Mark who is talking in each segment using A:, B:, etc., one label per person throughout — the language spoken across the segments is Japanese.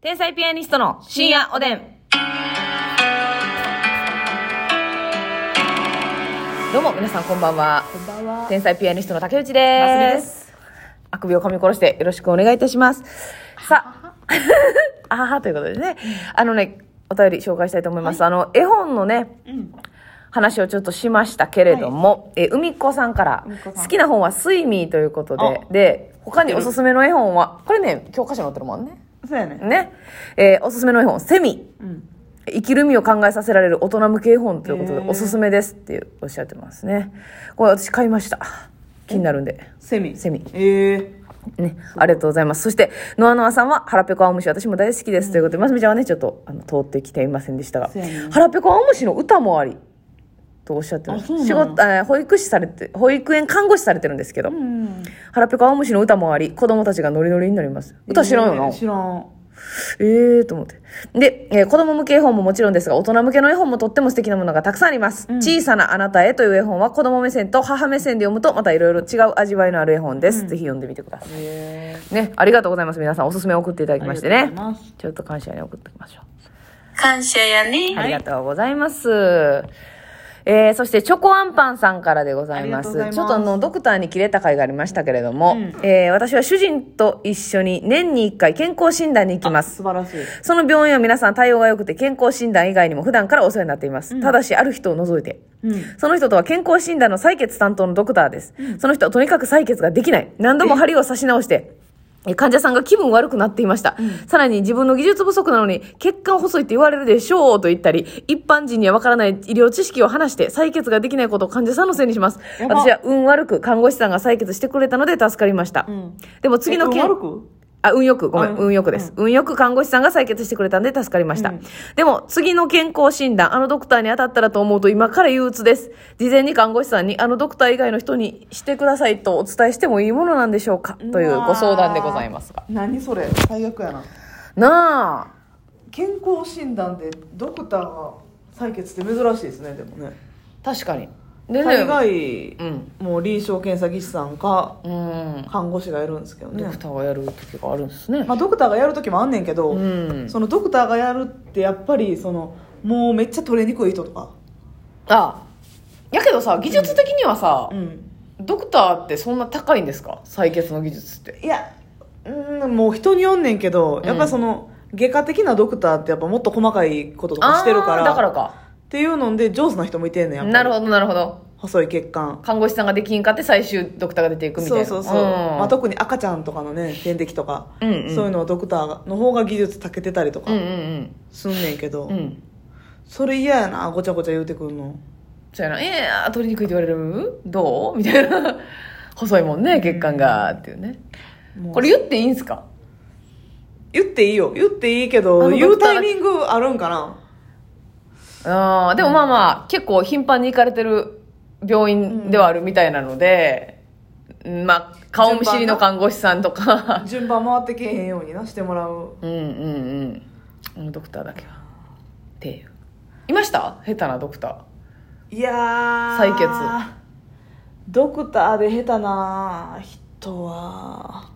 A: 天才ピアニストの深夜おでん。どうも皆さんこんばんは。
B: こんばんは。
A: 天才ピアニストの竹内です。
B: す。
A: あくびを噛み殺してよろしくお願いいたします。 さあ、あははということでね、あのね、お便り紹介したいと思います。あの、絵本のね、
B: うん。
A: 話をちょっとしましたけれども、えー、海子さんから
B: 海子さん
A: 好きな本はスイミーということで、で、他におすすめの絵本は、これね、教科書に載ってるもんね。
B: そうやね。
A: ね。えーおすすめの絵本、セミ。
B: うん。
A: 生きる意味を考えさせられる大人向け絵本ということ
B: へ
A: で、
B: ー
A: おすすめですっていうおっしゃってますね。これ私買いました。気になるんで。
B: セミ。
A: セミ
B: ええ
A: ね、ありがとうございます。そして、ノアノアさんは、腹ペコ青虫、私も大好きです。ということで、ますみちゃんはね、ちょっと、あの、通ってきていませんでしたが
B: そうやね、
A: 腹ペコ青虫の歌もあり、とおっしゃってま
B: あ
A: す。
B: そうなん
A: 仕事、えー保育士されて、保育園看護師されてるんですけど、
B: うん。
A: 腹ペコ青虫の歌もあり、子供たちがノリノリになります。歌知らんよな。
B: 知らん。
A: ええー、と思って。で、えー子供向け絵本ももちろんですが、大人向けの絵本もとっても素敵なものがたくさんあります。小さなあなたへという絵本は、子供目線と母目線で読むと、またいろいろ違う味わいのある絵本です。ぜひ読んでみてください。
B: え
A: ね、ありがとうございます。皆さんおすすめを送っていただ
B: え
A: きましてね。
B: ます。
A: ちょっと感謝に送っておきましょ
C: 感謝やね
A: う。。ありがとうございます。えー、そして、チョコアンパンさんからでございま
B: あ
A: す。
B: りがとうございます
A: ちょっとあの、ドクターに切れた回がありましたけれども、
B: うん
A: えー私は主人と一緒に年に1回健康診断に行きます。
B: 素晴らしい。
A: その病院は皆さん対応が良くて健康診断以外にも普段からお世話になっています。ただし、ある人を除いて。
B: うん。
A: その人とは健康診断の採血担当のドクターです。その人はとにかく採血ができない。何度も針を刺し直して、え患者さんが気分悪くなっていました。さらに自分の技術不足なのに、血管細いって言われるでしょうと言ったり、一般人にはわからない医療知識を話して、採血ができないことを患者さんのせいにします。
B: やば
A: 私は運悪く看護師さんが採血してくれたので助かりました。
B: ん
A: でも次の
B: え
A: 件
B: 悪く
A: あ、運よく、ごめ、
B: あうんん
A: 運よくです。運よく看護師さんが採血してくれたんで助かりました。
B: うん
A: でも、次の健康診断、あのドクターに当たったらと思うと今から憂鬱です。事前に看護師さんに、あのドクター以外の人にしてくださいとお伝えしてもいいものなんでしょうかというご相談でございますが。
B: 何それ。最悪やな。
A: なあ、
B: 健康診断でドクターが採血って珍しいですね、でもね。
A: 確かに。で
B: 大
A: ね、
B: 概
A: う、ん。
B: もう臨床検査技師さんか、
A: うん。
B: 看護師がやるんですけどね
A: ドク。ターがやる時があるんですね。
B: まあ、ドクターがやる時もあんねんけど、
A: うん
B: そのドクターがやるってやっぱりそのもうめっちゃ取れにくい人とか、
A: あ、やけどさ、技術的にはさ、
B: うん、
A: ドクターってそんな高いんですか採血の技術って。
B: いやうんもう人によんねんけどやっぱりその、外科的なドクターってやっぱもっと細かいこととかしてるから
A: あーだからか。
B: っていうので上手な人もいてんねんやっぱり
A: なるほどなるほど
B: 細い血管
A: 看護師さんができんかって最終ドクターが出ていくみたい
B: そう
A: な
B: そうそ
A: ん
B: う、まあ、特に赤ちゃんとかのね点滴とか、
A: うんうん
B: そういうのはドクターの方が技術たけてたりとか
A: うんうん
B: すんねんけど、
A: うんうん
B: それ嫌やなごちゃごちゃ言うてくんの
A: そうやな「えー、取りにくいって言われるどう?」みたいな 細いもんね血管がっていうね
B: もう
A: これ言っていいんすか
B: 言っていいよ言っていいけ
A: あ
B: ど
A: の
B: 言
A: ド
B: う
A: クター
B: タイミングあるんかな
A: あーでもまあまあ結構頻繁に行かれてる病院ではあるみたいなので、うんまあ顔見知りの看護師さんとか
B: 順番回ってけえへんようになしてもらう
A: うんうんうんあのドクターだけはっていういました下手なドクター
B: いやー
A: 採血
B: ドクターで下手な人は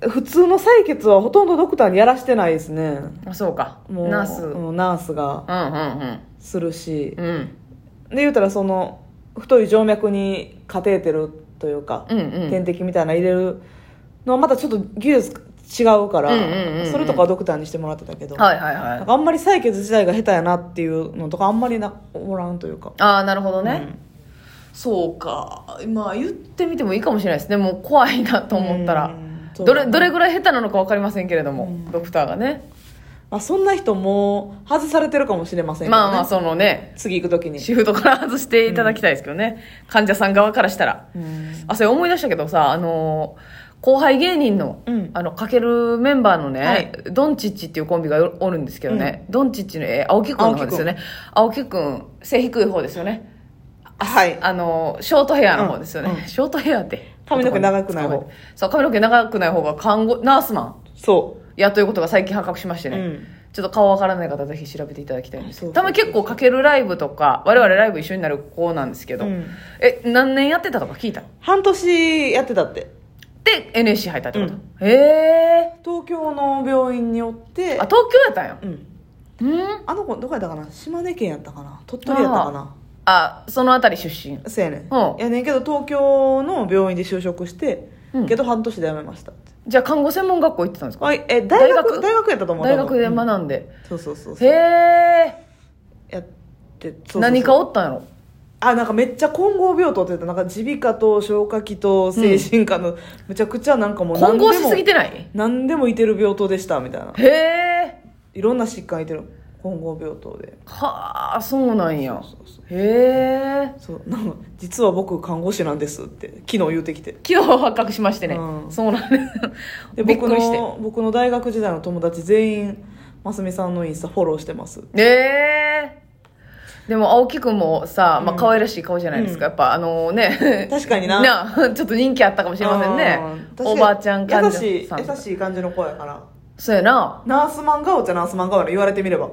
B: 普通の採血はほとんどドクターにやらしてないですね
A: あそうか
B: もう
A: ナースうんうん
B: うんナースが
A: うん
B: するし
A: うんうん
B: で言うたらその太い静脈にカテーテルというか、
A: うんうん
B: 点滴みたいなの入れるのはまたちょっと技術違うから、
A: うんうんうんうん
B: それとかはドクターにしてもらってたけど、
A: はいはい
B: なん
A: はい。
B: かあんまり採血自体が下手やなっていうのとかあんまりなおらんというか
A: ああ、なるほどね、
B: うん
A: そうか。まあ言ってみてもいいかもしれないですね。もう怖いなと思った
B: う
A: ら
B: ん。そう
A: どれ、どれぐらい下手なのか分かりませんけれども、
B: うん
A: ドクターがね。
B: まあ、そんな人も外されてるかもしれませんけど、ね、
A: まあまあ、そのね、
B: 次行く時に、
A: シフトから外していただきたいですけどね。患者さん側からしたら。
B: うん
A: あ、それ思い出したけどさ、あのー後輩芸人の、
B: うん
A: あの、かけるメンバーのね、
B: はい
A: ドンチッチっていうコンビがおおるんですけどね、ドンチッチの、えー青木くんの方ですよね。青木くん、背低い方ですよね。
B: はい
A: あのショートヘアの方ですよね、
B: うんうん
A: ショートヘアって
B: 髪の毛長くない方
A: そう髪の毛長くない方が看護ナースマ
B: そ
A: ンやということが最近発覚しまして
B: う、
A: ね、
B: うん
A: ちょっと顔わからない方ぜひ調べていただきたいんですけど
B: そうそう
A: たまに結構かけるライブとか我々ライブ一緒になる子なんですけど、
B: うん
A: え何年やってたとか聞いたっ
B: 半年やってたって
A: てで NSC 入ったってこと、へえ
B: 東京の病院によって
A: あ東京やったんや
B: うん
A: うん
B: あの子どこやったかな島根県やったかな鳥取やったかな
A: あその辺り出身
B: そうやねん、
A: うん
B: やねんけど東京の病院で就職して、
A: うん
B: けど半年で辞めましたって
A: じゃあ看護専門学校行ってたんですか
B: あえ大学大
A: 大学
B: 学やったと思う
A: 大学で
B: 多分
A: 学んで、
B: うんそうそうそう
A: へえ
B: やってそうそうそう
A: 何かおったんやろ
B: あなんかめっちゃ混合病棟って言ってなんか耳鼻科と消化器と精神科の、めちゃくちゃなんかもう
A: 混
B: 何でも
A: 合しすぎてない
B: 何でもいてる病棟でしたみたいな
A: へえ
B: いろんな疾患いてる混合病棟で
A: はあそうなんや
B: そうそう
A: へえ
B: そうなんか実は僕看護師なんですって昨日言うてきて
A: 昨日発覚しましてね、
B: うん
A: そうなんで
B: です
A: びっ
B: 僕
A: くりして
B: の僕の大学時代の友達全員ますみさんのインスタフォローしてます
A: ええでも青木くんもさ、まあ
B: うん
A: 可愛らしい顔じゃないですか、やっぱあのね
B: 確かにな
A: あちょっと人気あったかもしれませんね
B: うん確かに
A: おばあちゃん患者
B: 優
A: さん
B: しい優
A: い
B: しい感じの子やから
A: そうやな
B: ナースマン顔っちゃナースマン顔やろ言われてみれば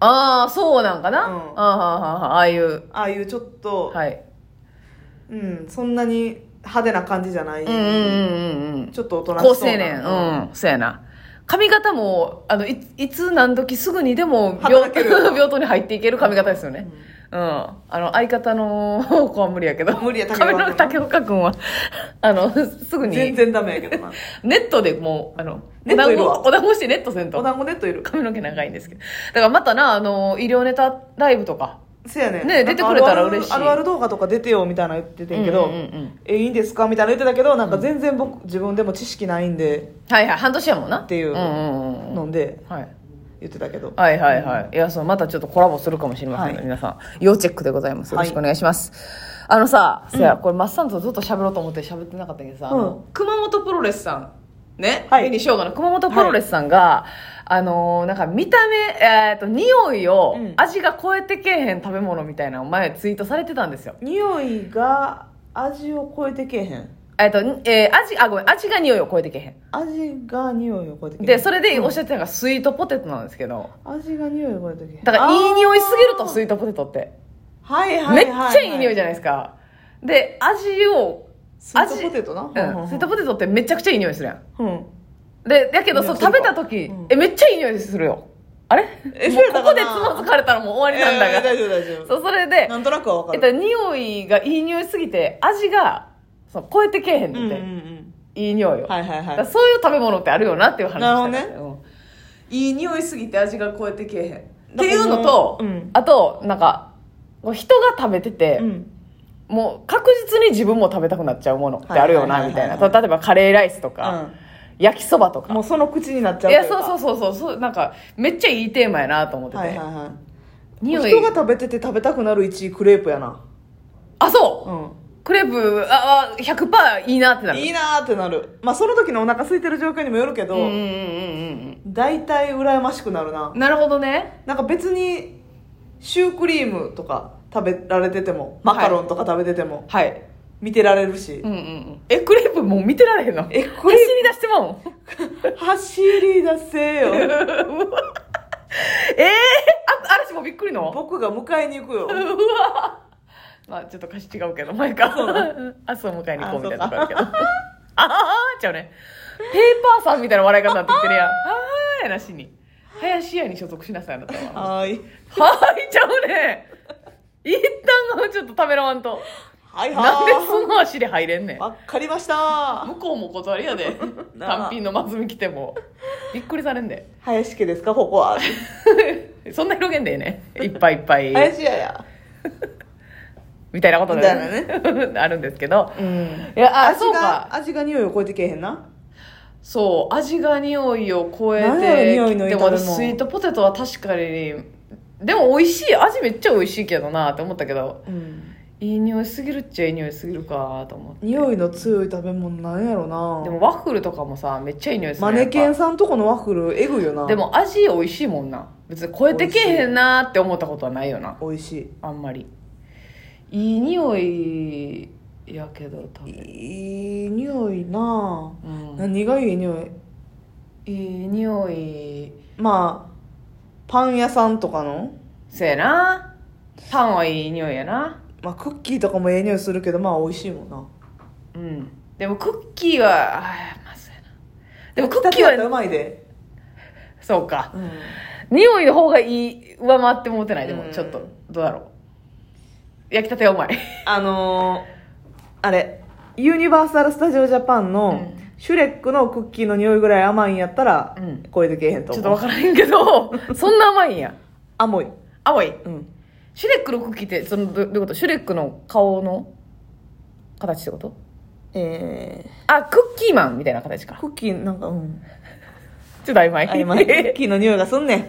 A: ああそうなんかな、
B: うん
A: ああああああいう
B: ああいうちょっと、
A: はい
B: うんそんなに派手な感じじゃない、
A: うんうんうんうんうん
B: ちょっと大人し
A: 高青
B: そうな
A: 年うんそうやな髪型もあのいいつ何時すぐにでも病
B: 働ける
A: 病棟に入っていける髪型ですよねうん、あの相方 の子は無理やけど
B: 無理や竹
A: 髪
B: 岡君
A: の竹岡君はあのすぐに
B: 全然ダメやけどな
A: ネットでもうあの
B: ネットいるわ
A: お団子してネットせん
B: お
A: と
B: 団子ネットいる
A: 髪の毛長いんですけどだからまたなあの医療ネタライブとか
B: せやねん
A: ね出てくれたら嬉しい
B: あるあるある動画とか出てよみたいな言っててんけど、
A: うんうんうん
B: えいいんですかみたいな言ってたけどなんか全然僕自分でも知識ないんで
A: はいはい半年やもんな
B: っていうん
A: うんうんうん
B: 飲んで
A: はい
B: 言ってたけど
A: はいはいはい。いや、そう、またちょっとコラボするかもしれませんので、
B: はい
A: 皆さん、要チェックでございます。よろしくお願いします。あのさ、せや、これ、マッサンとずっと喋ろうと思って喋ってなかったけどさ、あの熊本プロレスさん、ね、
B: はい
A: 紅しょうがの熊本プロレスさんが、あのーなんか見た目、えーっと、匂いを
B: うん
A: 味が超えてけえへん食べ物みたいなのを前ツイートされてたんですよ。
B: 匂いが味を超えてけえへん
A: えーっと、えー味、あ、ごめん、味が匂いを超えてけえへん。
B: 味が匂いを超えてけえへ
A: で、
B: ん
A: それでおっしゃってたのがスイートポテトなんですけど、
B: 味が匂いを超えてけえへん
A: だからいい匂いすぎるとス
B: い
A: イートポテトって。
B: はいはいは
A: め
B: い、
A: っちゃいい匂いじゃないですか。で、味を、
B: スイー
A: 味、
B: トポテトな
A: うんスイートポテトってめちゃくちゃいい匂いするやん。
B: トうん
A: で、だけど、
B: い
A: そ
B: や
A: う食べた時
B: うん、
A: え、めっちゃいい匂いするよ。あれ
B: え
A: もう
B: そうだ
A: こ
B: か
A: こでつ
B: な
A: まずかれたらもう終わりなん
B: えー
A: だが。
B: 大丈夫大丈夫
A: そう、それで
B: な、んとなくはわか
A: えっ
B: る、
A: と、匂いがいい匂いすぎて、味が、そう、超えてけえへん
B: うん
A: ね
B: うんんう
A: て、
B: ん
A: いい匂いを。
B: はいはいは
A: だ
B: い
A: からそういう食べ物ってあるよなっていう話
B: なるほど
A: し
B: ね
A: たからうんいい匂いすぎて味が超えてけえへん。っ
B: だ
A: てい
B: から
A: うのと、
B: うん
A: あと、なんか、こう人が食べてて、
B: うん
A: もう確実に自分も食べたくなっちゃうものってあるよ
B: はい
A: な
B: はい
A: み
B: はい
A: た
B: はい
A: いな例えばカレーライスとか、焼きそばと
B: うん
A: か
B: もうその口になっちゃ
A: いう
B: とい
A: や
B: うか
A: そうそうそうそうそうなんかめっちゃいいテーマやなと思ってて、
B: はいはいはい
A: 匂い
B: 人が食べてて食べたくなる1位クレープやな
A: あそう、
B: うん
A: クレープああ100%いいなってなる
B: いいなーってなるまあその時のお腹空いてる状況にもよるけ
A: うんうんうん
B: ど
A: うん
B: 大体羨ましくなるな
A: うんなるほどね
B: なんか別にシュークリームとか食べられててもマカロンとか食べてても
A: はい
B: 見てられるし
A: うんうんうんえクレープもう見てられへんの
B: え
A: 走
B: クレ
A: り
B: ー
A: 出してまうもん
B: プ走り出せよ
A: ええあ嵐もびっくりの
B: 僕が迎えに行くよ
A: うわまあちょっと歌詞違うけど前か 明日を迎えに行こうみたいなとこあるけどあ あちゃうねペーパーさんみたいな笑い方になってきてるやんああやなしに林家に所属しなさいあなたはは
B: はーい
A: ーいちゃうね一旦ちょっとためらわんと
B: はい
A: なんで
B: は
A: その足で入れんねん
B: ーわかりました
A: 向こうも断りやで
B: なあ
A: 単品の松見来てもびっくりされん で
B: 林家ですかここは
A: そんな広げんでええねいっぱいいっぱい
B: 林家や
A: みたいなことで、
B: み
A: あるんですけど
B: うん
A: いやあ
B: 味
A: そうか
B: が味が匂いを超えてけえへんな
A: そう味が匂いを超え
B: 何やろ
A: て
B: 匂いの炒め
A: でも
B: 物
A: 私スイートポテトは確かにでも美味しい味めっちゃ美味しいけどなって思ったけど
B: うん
A: いい匂いすぎるっちゃいい匂いすぎるかと思って
B: 匂いの強い食べ物なんやろ
A: で
B: な
A: もワッフルとかもさめっちゃいい匂いする
B: マ
A: やん
B: ネケン
A: やっ
B: さんとこのワッフルえぐいよな
A: ぱでも味美味しいもんな別に超えてけえへんなって思ったことはないよな
B: 美味し
A: あんまりいい匂いやけど多
B: い
A: 分、
B: いい匂いな
A: う
B: あ
A: ん、
B: 何がいい匂い
A: いい匂い
B: まあパン屋さんとかの、
A: せやなパンはいい匂いやな
B: まあ、クッキーとかもええ匂いするけどまあ美味しいもんな
A: うんでもクッキーは、あーまずいな。でもクッ
B: 炊
A: キ
B: きた
A: ー
B: て
A: は、
B: うまいで。
A: そうか。
B: うん。
A: 匂いの方がいい、上回ってもうてない。で
B: う
A: も、
B: ん
A: ちょっと、どうだろう。焼きたてはうまい。
B: あのー、あれ、ユニバーサル・スタジオ・ジャパンの
A: う、
B: シュレックのクッキーの匂いぐらい甘いんやったら
A: うん、
B: 声でけえへんと
A: ちょっ
B: 思う。
A: とわからへんけど、そんな甘いんや。
B: 甘い。
A: 甘い。
B: うん。
A: シュレックのクッキーって、その、どどういうことシュレックの顔の形ってこと
B: え
A: あ、クッキーマンみたいな形
B: ー、
A: か。
B: クッキーなんか、うん。
A: ちょっと曖昧。
B: あ、今、 クッキーの匂いがすんねん。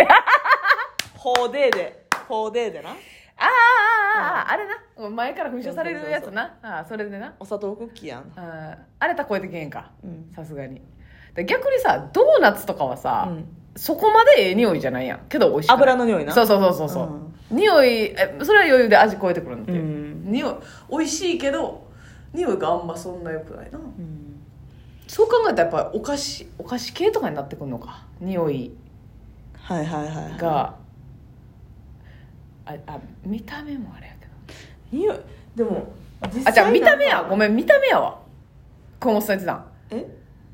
B: ほうでーで。ほうでーでな。
A: あーあーあーあー、あれな。もう前から噴射されるやつな。ああー、それでな。
B: お砂糖クッキーやん。
A: あーあれたら超えてけへんか。
B: うん。
A: さすがに。だ逆にさ、ドーナツとかはさ、
B: うん
A: そこまでええ匂いじゃないやん。けど美味しい。
B: 油の匂いな。
A: そうそうそうそうそう。匂い、えそれは余裕で味超えてくるんだって。
B: うん
A: 匂い、美味しいけど、匂いがあんまそんな良くないな。
B: うん。
A: そう考えたらやっぱりお菓子、お菓子系とかになってくるのか。匂い
B: はいはいはい。
A: が、あ、あ、見た目もあれやけど。
B: 匂い、でも、実
A: あ、じゃあ見た目
B: なん
A: や。
B: か
A: ごめん、見た目やわ。こうもされてたん。
B: え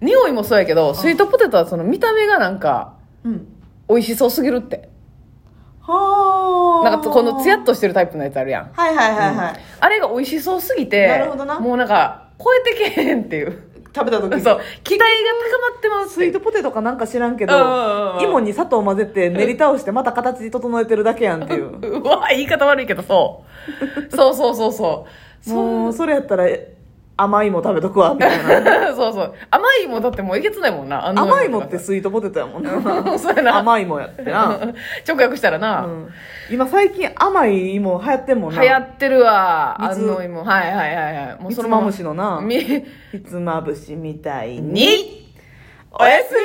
A: 匂いもそうやけど、スイートポテトはその見た目がなんか、
B: うん。
A: 美味しそうすぎるって。
B: はあ。
A: なんかこのツヤっとしてるタイプのやつあるやん。
B: はいはいはいはい。
A: あれが美味しそうすぎて、
B: なるほどな
A: もうなんか、超えてけへんっていう。
B: 食べた時に
A: そう。期待が高まってます。
B: スイートポテトかなんか知らんけ
A: うんうんうんう
B: ど
A: ん
B: 芋に砂糖混ぜて練り倒してまた形整えてるだけやんっていう
A: うわ、言い方悪いけど、 そう。そうそうそうそう。
B: も
A: そう
B: うそれやったらえ甘いも食べとくわみたいな
A: そうそう。甘いもだってもういけつないもんな。あんなの
B: 甘いもってスイートポテトやもんな
A: そうやな
B: 甘いもやってな、
A: 直訳したらな、
B: うん今最近甘い芋流行ってんもん
A: 流
B: な
A: 行ってるわ、あ
B: 水
A: の芋。はいはいはいはい。も
B: ひつ
A: ま
B: ま
A: ま
B: ぶしのな
A: み、
B: ひつまぶしみたいに
A: に、おやすみ